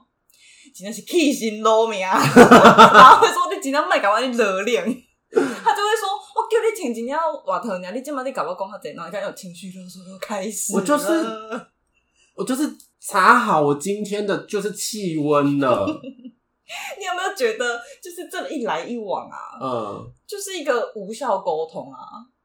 Speaker 2: 今天是 K 心 low
Speaker 1: [laughs]
Speaker 2: 命啊，然后会说你今天卖搞我你热脸，她就会说，我叫你前几天瓦特你今晚你搞我讲下这，然后你看有情绪勒索又开始了，
Speaker 1: 我就是
Speaker 2: 啊
Speaker 1: 我就是查好我今天的就是气温
Speaker 2: [laughs]
Speaker 1: 了，
Speaker 2: 你有没有觉得，就是这一来一往啊，
Speaker 1: 嗯，
Speaker 2: 就是一个无效沟通啊？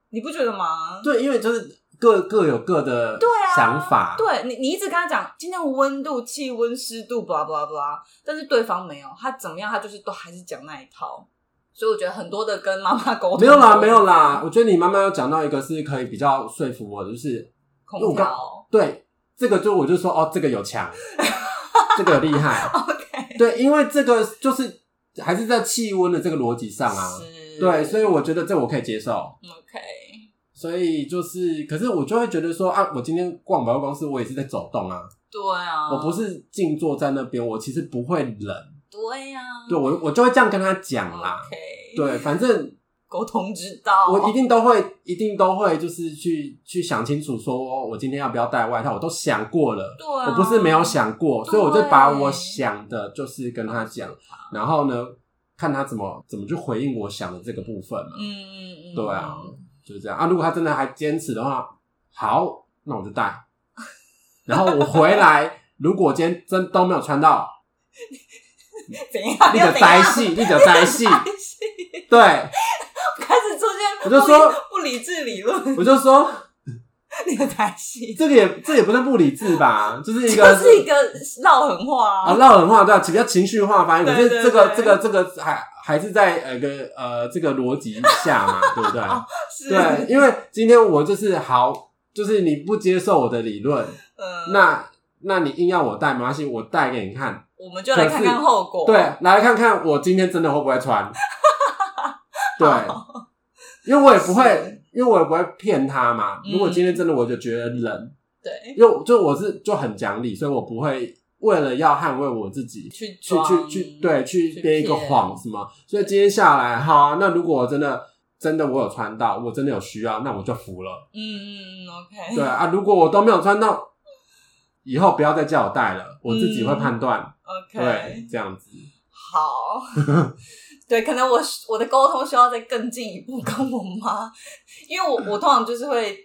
Speaker 2: 你不觉得吗？
Speaker 1: 对，因为就是各各有各的
Speaker 2: 对啊
Speaker 1: 想法，
Speaker 2: 对你，你一直跟他讲今天的温度、气温、湿度，blah blah blah，但是对方没有，他怎么样，他就是都还是讲那一套。所以我觉得很多的跟妈妈沟通
Speaker 1: 没有啦，没有啦，，我觉得你妈妈有讲到一个是可以比较说服我的，就是
Speaker 2: 空调
Speaker 1: 对这个就我就说哦，这个有强，这个有厉害，[laughs]
Speaker 2: ，OK，
Speaker 1: 对，因为这个就是还是在气温的这个逻辑上啊。
Speaker 2: 是，嗯
Speaker 1: 对，所以我觉得这我可以接受。
Speaker 2: OK，
Speaker 1: 所以就是，可是我就会觉得说啊，我今天逛百货公司，我也是在走动啊，
Speaker 2: 对啊，
Speaker 1: 我不，是静坐在那边，我其实不会冷。
Speaker 2: 对呀、啊，
Speaker 1: 对我，我就会这样跟他讲啦。
Speaker 2: 哦，OK，，
Speaker 1: 对，反正
Speaker 2: 沟通之道，
Speaker 1: 我一定都会，一定都会，就是去去想清楚，说哦我今天要不要带外套，我都想过了。
Speaker 2: 对啊、
Speaker 1: 我不是没有想过，所以我就把我
Speaker 2: 对
Speaker 1: 想的，就是跟他讲，然后呢，看他怎么怎么去回应我想的这个部分嘛，
Speaker 2: 嗯，嗯嗯嗯，
Speaker 1: 对啊就是这样啊。如果他真的还坚持的话，好，那我就带。然后我回来，如果今天真都没有穿到，
Speaker 2: 嗯怎样？
Speaker 1: 你
Speaker 2: 啊要
Speaker 1: 的
Speaker 2: 怎样
Speaker 1: 灾戏，你的灾戏，对，
Speaker 2: [laughs] 开始出
Speaker 1: 我
Speaker 2: 现不理，
Speaker 1: 就说
Speaker 2: 不理智理论，
Speaker 1: 我就说
Speaker 2: 那个台戏，
Speaker 1: 这个也这也不算不理智吧，就是一
Speaker 2: 就
Speaker 1: 个
Speaker 2: 是一个绕狠话
Speaker 1: 啊，
Speaker 2: 啊。
Speaker 1: 绕人话对啊，比较情绪化发言，可
Speaker 2: 对
Speaker 1: 是
Speaker 2: 对
Speaker 1: 这个
Speaker 2: 对
Speaker 1: 这个这个还还是在呃个呃这个逻辑下
Speaker 2: [laughs]
Speaker 1: 嘛，对不对？
Speaker 2: [laughs] 哦是，
Speaker 1: 对，因为今天我就是好，就是你不接受我的理论，
Speaker 2: 嗯，
Speaker 1: 那那你硬要我带，没关系，我带给你看。
Speaker 2: 我们就来看看后果。
Speaker 1: 对，来看看我今天真的会不会
Speaker 2: [laughs]
Speaker 1: 穿。对，因为我也不会，因为我也不会骗他嘛。
Speaker 2: 嗯
Speaker 1: 如果今天真的我就觉得冷，
Speaker 2: 对，
Speaker 1: 因为就我是就很讲理，所以我不会为了要捍卫我自己
Speaker 2: 去
Speaker 1: 去去
Speaker 2: 装
Speaker 1: 去对去编一个
Speaker 2: 骗
Speaker 1: 谎什么。所以今天下来，好啊，那如果我真的真的我有穿到，我真的有需要，那我就服了。
Speaker 2: 嗯嗯嗯，OK，
Speaker 1: 对啊，如果我都没有穿到，以后不要再叫我带了，我自己会判断。对
Speaker 2: 嗯，OK，，
Speaker 1: 这样子。
Speaker 2: 好， [laughs] 对，可能我我的沟通需要再更进一步跟我妈，因为我我通常就是会，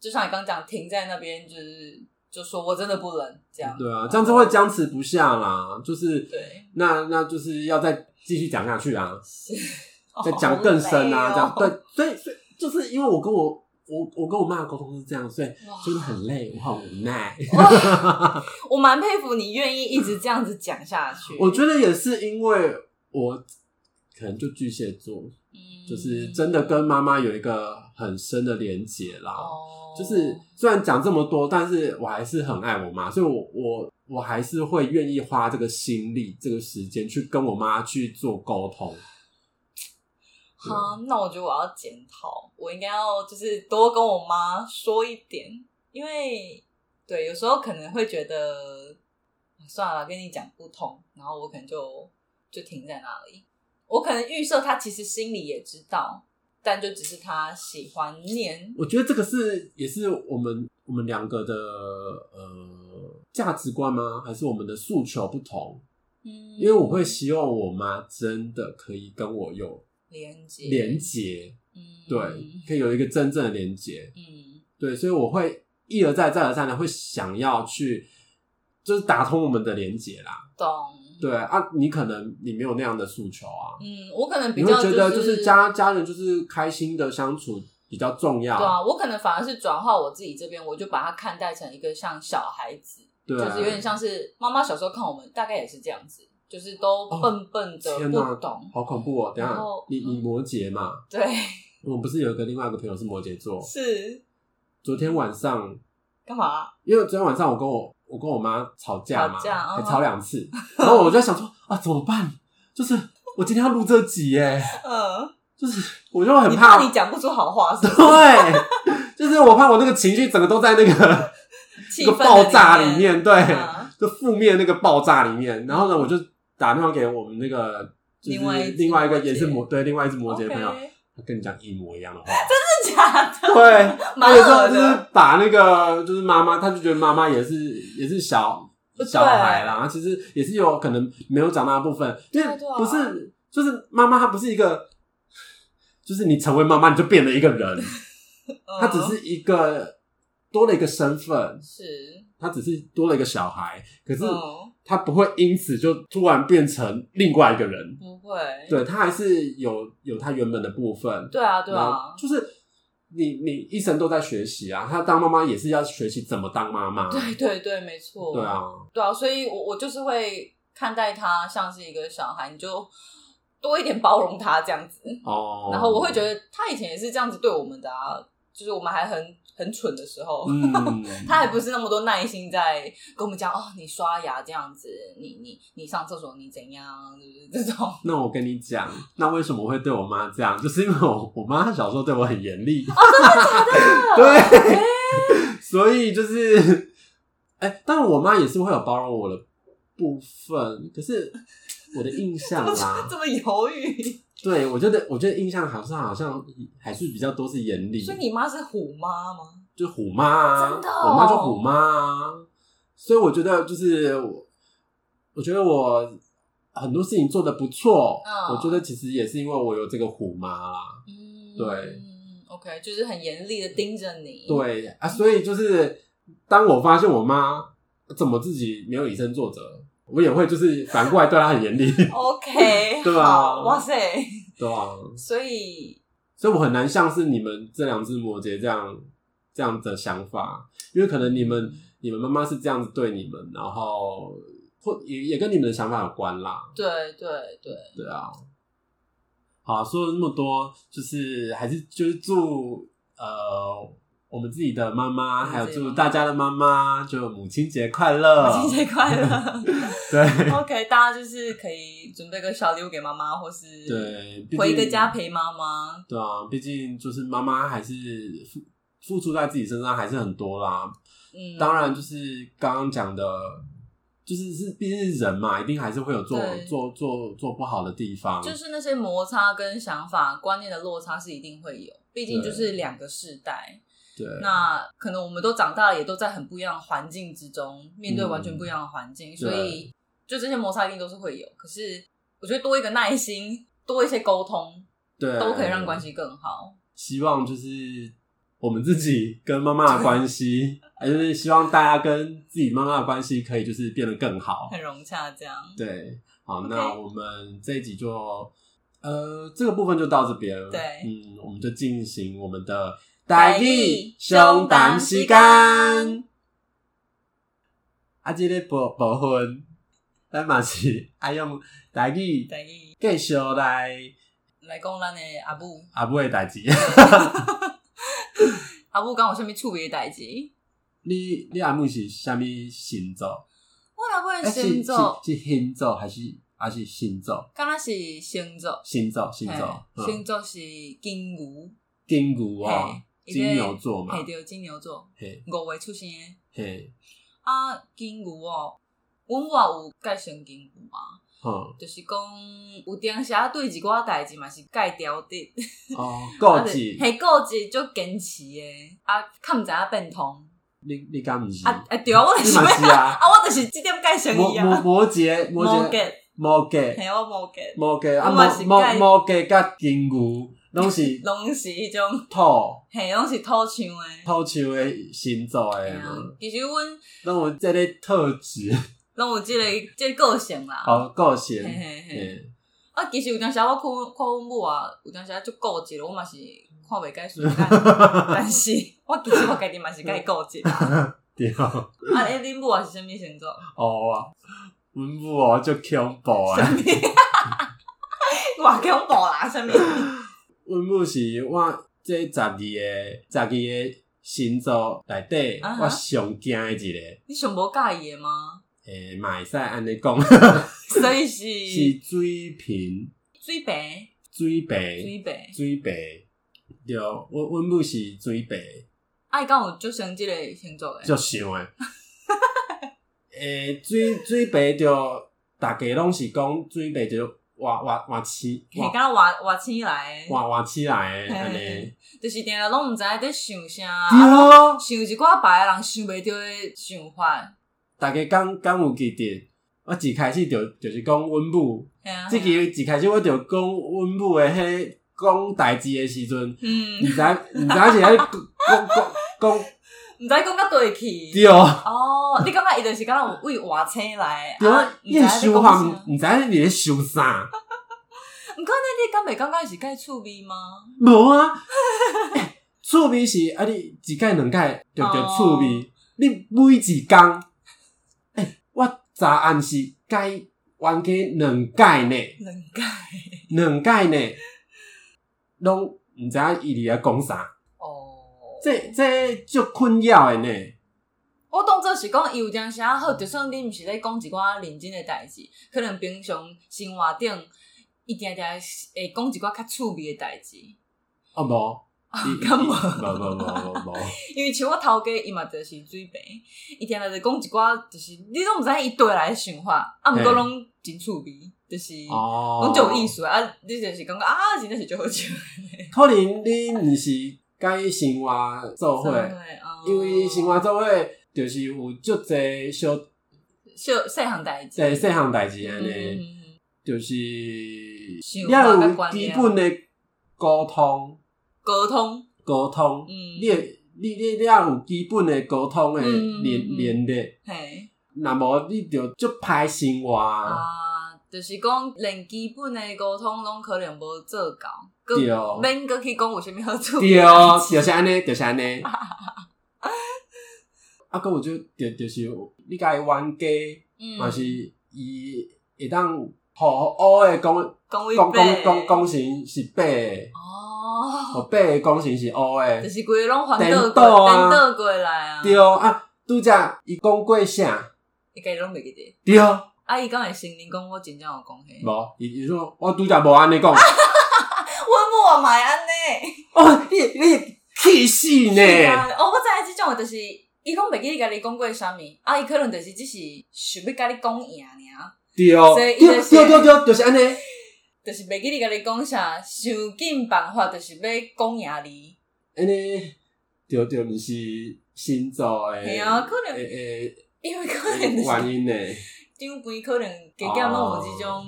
Speaker 2: 就像你刚讲，停在那边，就是就说我真的不冷这样，
Speaker 1: 对啊，这样子会僵持不下啦。就是
Speaker 2: 对，
Speaker 1: 那那就是要再继续讲下去啊，
Speaker 2: 是，
Speaker 1: 再讲更深啊，这样
Speaker 2: 哦好累哦
Speaker 1: 对。所以所以就是因为我跟我我我跟我妈的沟通是这样，所以
Speaker 2: 哦
Speaker 1: 真的很累，我好无奈。
Speaker 2: 哇我蛮佩服你愿意一直这样子讲下去，
Speaker 1: 我觉得也是因为我可能就巨蟹座，
Speaker 2: 嗯
Speaker 1: 就是真的跟妈妈有一个很深的连结啦。
Speaker 2: 哦，
Speaker 1: 就是虽然讲这么多，但是我还是很爱我妈，所以我我我还是会愿意花这个心力、这个时间去跟我妈去做沟通。啊
Speaker 2: 好，那我觉得我要检讨，我应该要就是多跟我妈说一点，因为对有时候可能会觉得啊算了，跟你讲不通，然后我可能就就停在那里。我可能预设她其实心里也知道，但就只是她喜欢念。
Speaker 1: 我觉得这个是也是我们我们两个的呃价值观吗？还是我们的诉求不同？
Speaker 2: 嗯，
Speaker 1: 因为我会希望我妈真的可以跟我有
Speaker 2: 连接
Speaker 1: 连，结，
Speaker 2: 嗯，
Speaker 1: 对，可以有一个真正的连结。
Speaker 2: 嗯，
Speaker 1: 对，所以我会一而再、再而三的会想要去，就是打通我们的连结啦。
Speaker 2: 懂。
Speaker 1: 对啊，你可能你没有那样的诉求啊，
Speaker 2: 嗯，我可能比
Speaker 1: 你会
Speaker 2: 较
Speaker 1: 觉得就是是家家人就是开心的相处比较重要。
Speaker 2: 对啊，我可能反而是转化我自己这边，我就把它看待成一个像小孩子，
Speaker 1: 对啊
Speaker 2: 就是有点像是妈妈小时候看我们，大概也是这样子，就是都笨笨的、
Speaker 1: 哦天
Speaker 2: 不
Speaker 1: 哪
Speaker 2: 懂， [laughs]
Speaker 1: 好恐怖哦！等一
Speaker 2: 然
Speaker 1: 下
Speaker 2: 后嗯
Speaker 1: 你你摩羯嘛，
Speaker 2: 对，
Speaker 1: 我们不是有一个另外一个朋友是摩羯座，
Speaker 2: 是
Speaker 1: 昨天晚上
Speaker 2: 干嘛？
Speaker 1: 因为昨天晚上我跟我我跟我妈吵架嘛，
Speaker 2: 吵架
Speaker 1: 还
Speaker 2: 嗯
Speaker 1: 吵两次，然后我就在想说啊怎么办？就是我今天要录这集耶，
Speaker 2: 嗯，
Speaker 1: 就是我就很
Speaker 2: 你
Speaker 1: 怕
Speaker 2: 怕你讲不出好话，是不
Speaker 1: [laughs]
Speaker 2: 是
Speaker 1: 对，就是我怕我那个情绪整个都在那个
Speaker 2: 气
Speaker 1: 那个
Speaker 2: 氛的
Speaker 1: 爆炸里
Speaker 2: 面，
Speaker 1: 面，对， [laughs]
Speaker 2: 嗯
Speaker 1: 就负面那个爆炸里面。然后呢，我就打电话给我们那个就是
Speaker 2: 另外一只
Speaker 1: 另外一个也是
Speaker 2: 摩
Speaker 1: 摩对另外一只摩羯的朋友，
Speaker 2: OK
Speaker 1: 他跟你讲一模一样的
Speaker 2: [laughs]
Speaker 1: 话，
Speaker 2: 是假的，
Speaker 1: 对，
Speaker 2: 蛮
Speaker 1: 他有时候
Speaker 2: 恶
Speaker 1: 就是
Speaker 2: 的，
Speaker 1: 把那个就是妈妈，他就觉得妈妈也是也是小
Speaker 2: 对
Speaker 1: 小孩啦，其实也是有可能没有长大的部分，就是
Speaker 2: 对啊
Speaker 1: 不是就是妈妈她不是一个。就是你成为妈妈，你就变了一个人。
Speaker 2: 嗯
Speaker 1: 他只是一个多了一个身份，
Speaker 2: 是，
Speaker 1: 他只是多了一个小孩，可是
Speaker 2: 嗯，
Speaker 1: 他不会因此就突然变成另外一个人。
Speaker 2: 不会，
Speaker 1: 对他还是有有他原本的部分，
Speaker 2: 对啊，对
Speaker 1: 然后
Speaker 2: 啊，
Speaker 1: 就是你你一生都在学习啊，他当妈妈也是要学习怎么当妈妈，
Speaker 2: [laughs] 对对对，没错，
Speaker 1: 对啊，
Speaker 2: 对啊，所以我我就是会看待他像是一个小孩，你就多一点包容他这样子。
Speaker 1: 哦，
Speaker 2: 然后我会觉得他以前也是这样子对我们的啊，就是我们还很很蠢的时候，
Speaker 1: 嗯，
Speaker 2: [laughs] 他还不是那么多耐心在跟我们讲哦，你刷牙这样子，你你你上厕所你怎样，就是这种。
Speaker 1: 那我跟你讲，那为什么我会对我妈这样？就是因为我我妈小时候对我很严厉，
Speaker 2: [laughs]
Speaker 1: 对，所以就是， [laughs] 哎、但我妈也是会有包容我的部分，可是我的印
Speaker 2: [laughs]
Speaker 1: 象啦，
Speaker 2: 这么犹豫，
Speaker 1: [laughs] 对我觉得，我觉得印象好像好像还是比较多是严厉，
Speaker 2: 所以你妈是虎妈吗？
Speaker 1: 就虎妈啊，
Speaker 2: 真的哦
Speaker 1: 我妈就虎妈啊，所以我觉得就是我，我觉得我很多事情做的不错，
Speaker 2: 嗯
Speaker 1: 我觉得其实也是因为我有这个虎妈啦，
Speaker 2: 嗯，
Speaker 1: 对
Speaker 2: ，OK，就是很严厉的盯着你。，
Speaker 1: 对啊，所以就是当我发现我妈怎么自己没有以身作则，我也会就是反过来对她很严厉， [laughs]
Speaker 2: OK，
Speaker 1: 对啊
Speaker 2: 好哇塞，
Speaker 1: 对啊，
Speaker 2: 所以
Speaker 1: 所以我很难像是你们这两只摩羯这样这样的想法，因为可能你们你们妈妈是这样子对你们，然后或也也跟你们的想法有关啦，
Speaker 2: 对对对，
Speaker 1: 对啊。好，说了那么多，就是还是就是祝呃我们自己的妈妈，
Speaker 2: 嗯
Speaker 1: 还有
Speaker 2: 自己
Speaker 1: 祝
Speaker 2: 的妈妈
Speaker 1: 大家的妈妈，就母亲节快乐！
Speaker 2: 母亲节快乐
Speaker 1: 对
Speaker 2: ！OK，大家就是可以准备个小礼物给妈妈，或是
Speaker 1: 对，毕竟
Speaker 2: 回个家陪妈妈。
Speaker 1: 对啊，毕竟就是妈妈还是付付出在自己身上还是很多啦。
Speaker 2: 嗯，
Speaker 1: 当然，就是刚刚讲的，就是是毕竟是人嘛，一定还是会有做
Speaker 2: 对
Speaker 1: 做做做不好的地方。
Speaker 2: 就是那些摩擦跟想法观念的落差是一定会有，毕竟
Speaker 1: 对
Speaker 2: 就是两个世代。
Speaker 1: 对，
Speaker 2: 那可能我们都长大了，也都在很不一样的环境之中，面对完全不一样的环境，所以就这些摩擦一定都是会有。可是我觉得多一个耐心，多一些沟通，
Speaker 1: 对
Speaker 2: 都可以让关。系更好。
Speaker 1: 希望就是我们自己跟妈妈的关系， [laughs] 还是希望大家跟自己妈妈的关系可以就是变得更好。
Speaker 2: 很融洽，这样
Speaker 1: 对，好
Speaker 2: OK
Speaker 1: 那我们这一集就呃这个部分就到这边了。
Speaker 2: 对
Speaker 1: 嗯，我们就进行我们的
Speaker 2: 台
Speaker 1: 台
Speaker 2: 语
Speaker 1: 语
Speaker 2: 相
Speaker 1: 相
Speaker 2: 谈
Speaker 1: 谈
Speaker 2: 时
Speaker 1: 时
Speaker 2: 间
Speaker 1: 间。啊，这个部部分，咱嘛是爱用台语
Speaker 2: 等于
Speaker 1: 继续来
Speaker 2: 来讲咱的阿母，
Speaker 1: 阿母的代志。 [laughs]
Speaker 2: 阿母讲有啥物趣味的代
Speaker 1: 哎
Speaker 2: 志？
Speaker 1: 你你阿母是啥物星座？
Speaker 2: 我阿母的
Speaker 1: 欸是
Speaker 2: 啊星座，
Speaker 1: 是是星座还是还是星座？
Speaker 2: 敢若是星座，
Speaker 1: 星座星座，
Speaker 2: 嘿
Speaker 1: 嗯
Speaker 2: 星座是金牛，
Speaker 1: 金牛哦
Speaker 2: 嘿，伊在
Speaker 1: 金牛座嘛
Speaker 2: 嘿，对，金牛座
Speaker 1: 嘿
Speaker 2: 五月出生的。
Speaker 1: 嘿，
Speaker 2: 啊，金牛哦，阮嘛有介绍金牛嘛， [laughs]
Speaker 1: 哼
Speaker 2: 就是讲有当时啊对一寡代志嘛是介调的，
Speaker 1: 哦，顾
Speaker 2: [laughs]
Speaker 1: 忌，
Speaker 2: 系固执足坚持的，啊，较毋知影变通，
Speaker 1: 你你敢毋是？
Speaker 2: 啊啊对，我就
Speaker 1: 你
Speaker 2: 是
Speaker 1: 嘛
Speaker 2: 要 [laughs]
Speaker 1: 是啊，
Speaker 2: 啊，我就是即点介绍
Speaker 1: 摩
Speaker 2: 伊
Speaker 1: 摩
Speaker 2: 啊，
Speaker 1: 摩羯摩
Speaker 2: 摩
Speaker 1: 羯
Speaker 2: 羯，
Speaker 1: 摩羯
Speaker 2: 系我摩羯，
Speaker 1: 摩羯啊
Speaker 2: 我
Speaker 1: 摩
Speaker 2: 嘛是
Speaker 1: 摩
Speaker 2: 介
Speaker 1: 摩羯甲金牛拢是
Speaker 2: 拢是迄种，
Speaker 1: 土
Speaker 2: 嘿，拢是土象的。
Speaker 1: 土象的星座
Speaker 2: 嘿
Speaker 1: 诶，
Speaker 2: 啊其实阮
Speaker 1: 拢有即个特质，
Speaker 2: 拢有即、个即、个个性啦。
Speaker 1: 哦，个
Speaker 2: 嘿
Speaker 1: 性，
Speaker 2: 嘿嘿。
Speaker 1: 嘿
Speaker 2: 啊，其实有当时我看看阮母啊，有当时足固执的，我嘛是看
Speaker 1: [laughs]
Speaker 2: 袂解顺眼，但是我其实我家己嘛是介固执
Speaker 1: [laughs]
Speaker 2: 啦。
Speaker 1: 对哦。
Speaker 2: 啊，诶，恁母啊是啥物星座？ [laughs]
Speaker 1: 哦啊，阮母哦足恐怖
Speaker 2: 啥
Speaker 1: 诶，
Speaker 2: 物？偌恐怖啦，啥物？
Speaker 1: [laughs] 阮母是我这十二个十二个星座内底
Speaker 2: 啊哈
Speaker 1: 我上惊诶一个，
Speaker 2: [laughs] 你上无介意
Speaker 1: [laughs]
Speaker 2: 的吗？
Speaker 1: 诶，嘛会使安尼讲
Speaker 2: 所以是
Speaker 1: 是水瓶、
Speaker 2: 水瓶，
Speaker 1: 水
Speaker 2: 水
Speaker 1: 瓶、
Speaker 2: 瓶。
Speaker 1: 水瓶，对，阮阮母是水瓶，
Speaker 2: 啊，伊敢有足像即个星座诶？
Speaker 1: 足想
Speaker 2: [laughs]
Speaker 1: 诶。诶，水水瓶着大家拢是讲水瓶着活活活起
Speaker 2: 嘿，
Speaker 1: 活
Speaker 2: 敢若活活起来的，
Speaker 1: 活活起来诶，安
Speaker 2: 嘿嘿
Speaker 1: 尼
Speaker 2: 嘿。就是定定拢毋知影在想啥。
Speaker 1: 对
Speaker 2: 啊
Speaker 1: 哦。
Speaker 2: 想一寡别人想袂到的想法，
Speaker 1: 大家敢敢有记得？我一开始就就是讲阮母，
Speaker 2: 嘿啊
Speaker 1: 即
Speaker 2: 嘿啊
Speaker 1: 期一开始我就讲阮母的迄讲代志的时
Speaker 2: [laughs]
Speaker 1: 阵，
Speaker 2: 嗯
Speaker 1: 毋，知毋知是咧讲讲讲讲
Speaker 2: 毋知讲到对去。
Speaker 1: 对，
Speaker 2: 哦，你感觉伊就是敢若有为外星来的，
Speaker 1: 对
Speaker 2: 啊，，
Speaker 1: 你的想法毋
Speaker 2: 毋
Speaker 1: 毋知你咧想啥？
Speaker 2: 过呢，你敢袂感觉伊是介趣味吗？
Speaker 1: 无啊， [laughs] 欸趣味是啊，你一届两届就就
Speaker 2: 哦
Speaker 1: 趣味，你每一工，欸我早暗是改冤家两届呢。
Speaker 2: 两届
Speaker 1: [laughs] 两届呢，拢毋知影伊伫咧讲啥，
Speaker 2: 哦，
Speaker 1: 这这足困扰的呢。
Speaker 2: 我当做是讲伊有当时啊好，就算你毋是咧讲一寡认真诶代志，可能平常生活顶伊定定会讲一寡较趣味诶代志，
Speaker 1: 哦
Speaker 2: [laughs]
Speaker 1: 无，伊
Speaker 2: 干嘛
Speaker 1: 无无无无
Speaker 2: [laughs]
Speaker 1: 无，
Speaker 2: 因为像我头家伊嘛就是水平，伊定定就讲一寡，就是你拢毋知伊对来的想法，啊，毋过
Speaker 1: 嘿
Speaker 2: 拢真趣味，就是
Speaker 1: 哦，
Speaker 2: 拢就有意。思的啊，你就是感觉啊，真正是就好笑的。
Speaker 1: 可能你毋是甲伊生活做
Speaker 2: [laughs]
Speaker 1: 伙，哦
Speaker 2: 啊哦
Speaker 1: 因为生活做伙就是有足侪小呃
Speaker 2: 小细项代志，
Speaker 1: 侪细项代志安
Speaker 2: 嗯嗯
Speaker 1: 尼，
Speaker 2: 嗯
Speaker 1: 就是
Speaker 2: 想
Speaker 1: 要
Speaker 2: 法跟
Speaker 1: 有
Speaker 2: 观
Speaker 1: 基
Speaker 2: 念
Speaker 1: 本的沟通
Speaker 2: 啊沟通，
Speaker 1: 沟通，
Speaker 2: 嗯，
Speaker 1: 你会你你你要有基本的沟通的
Speaker 2: 嗯嗯
Speaker 1: 连
Speaker 2: 嗯
Speaker 1: 连接。
Speaker 2: 嘿
Speaker 1: 那么你就足歹生活啊，
Speaker 2: 啊，就是讲连基本的沟通拢可能无做到，
Speaker 1: 对哦
Speaker 2: 佮免佮去讲有啥物好处。
Speaker 1: 对哦，就是安
Speaker 2: [laughs]
Speaker 1: 尼，就是安尼。啊，搁有就就就是你甲伊冤家，
Speaker 2: 嗯，
Speaker 1: 嘛是伊会当互乌诶讲
Speaker 2: 讲一
Speaker 1: 讲
Speaker 2: 遍
Speaker 1: 讲讲讲成是白的，
Speaker 2: 哦，
Speaker 1: 我被讲是是乌
Speaker 2: 就
Speaker 1: 诶，
Speaker 2: 是规个拢反倒
Speaker 1: 颠
Speaker 2: 过，
Speaker 1: 倒啊
Speaker 2: 反倒过来啊，
Speaker 1: 对啊，拄则伊讲过啥？
Speaker 2: 伊家己拢袂记得。
Speaker 1: 对，
Speaker 2: 啊，伊敢会承认讲我真正有讲嘿，
Speaker 1: 无伊伊说我拄则无安尼
Speaker 2: [laughs]
Speaker 1: 讲，
Speaker 2: 我某啊嘛会安尼。
Speaker 1: 哦，你你气死
Speaker 2: 是
Speaker 1: 呢！
Speaker 2: 啊哦，我知影即种的就是伊拢袂记得家己讲过啥物，啊，伊可能就是只是想要甲你讲赢尔。
Speaker 1: 对，哦
Speaker 2: 所
Speaker 1: 对
Speaker 2: 以伊就是
Speaker 1: 对对对，就是安尼。
Speaker 2: 就是袂记得甲你讲啥，想尽办法就是要讲赢你。
Speaker 1: 安尼，对对，毋是星座诶，
Speaker 2: 嘿啊可能
Speaker 1: 诶
Speaker 2: 因为可
Speaker 1: 诶
Speaker 2: 能就是
Speaker 1: 原因呢，
Speaker 2: 长辈可能加减拢有即种，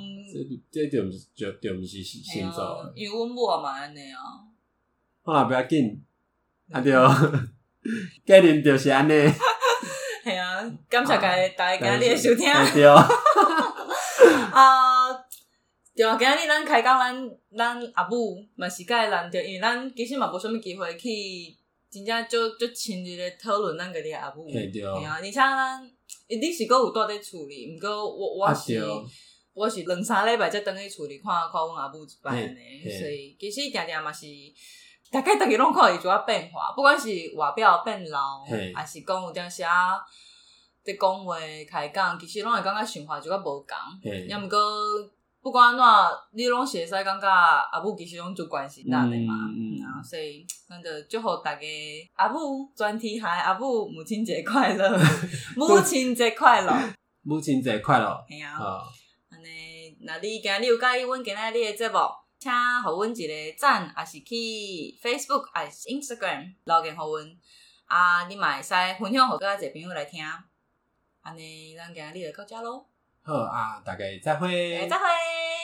Speaker 1: 这这就毋是就就毋是星
Speaker 2: 嘿
Speaker 1: 座
Speaker 2: 啊。因为阮某也嘛安尼啊，
Speaker 1: 好啦，不要紧，啊对，
Speaker 2: 嗯
Speaker 1: [laughs] 家庭就是安尼，
Speaker 2: 系啊，感谢家大 [laughs] 家今日的收听
Speaker 1: 啊对，
Speaker 2: [laughs] 啊。对啊，今日咱开讲，咱咱阿母嘛是甲伊难着，因为咱其实嘛无啥物机会去真正足足深入的讨论咱家己的阿母。
Speaker 1: 哎嘿对哦
Speaker 2: 嘿啊，而且咱伊你是搁有蹛伫厝里，毋过我我
Speaker 1: 啊
Speaker 2: 是。
Speaker 1: 对，
Speaker 2: 我是两三礼拜才转去厝里看看阮阿母一摆安
Speaker 1: 嘿嘿
Speaker 2: 尼，所以其实定定嘛是，大概逐个拢看伊一寡变化，不管是外表变老，
Speaker 1: 嘿
Speaker 2: 还是讲有当时啊伫讲话开讲，其实拢会感觉想法就较无共。
Speaker 1: 嘿
Speaker 2: 抑毋过不管安怎，你拢是会使感觉阿母其实拢就关心咱的嘛，
Speaker 1: 嗯嗯
Speaker 2: 嗯啊，所以咱就祝福大家阿母全天下的阿母母亲节快乐，母亲节快乐，
Speaker 1: 母亲节快乐，
Speaker 2: 嘿啊。
Speaker 1: 啊，
Speaker 2: 安尼，若你今日有介意阮今仔日的节目，请互阮一个赞，也是去 Facebook，也是 Instagram 留言互阮。啊，你嘛会使分享互个一个朋友来听。安尼，咱今仔日就到遮咯，
Speaker 1: 好啊，大家再会
Speaker 2: 大家。再会。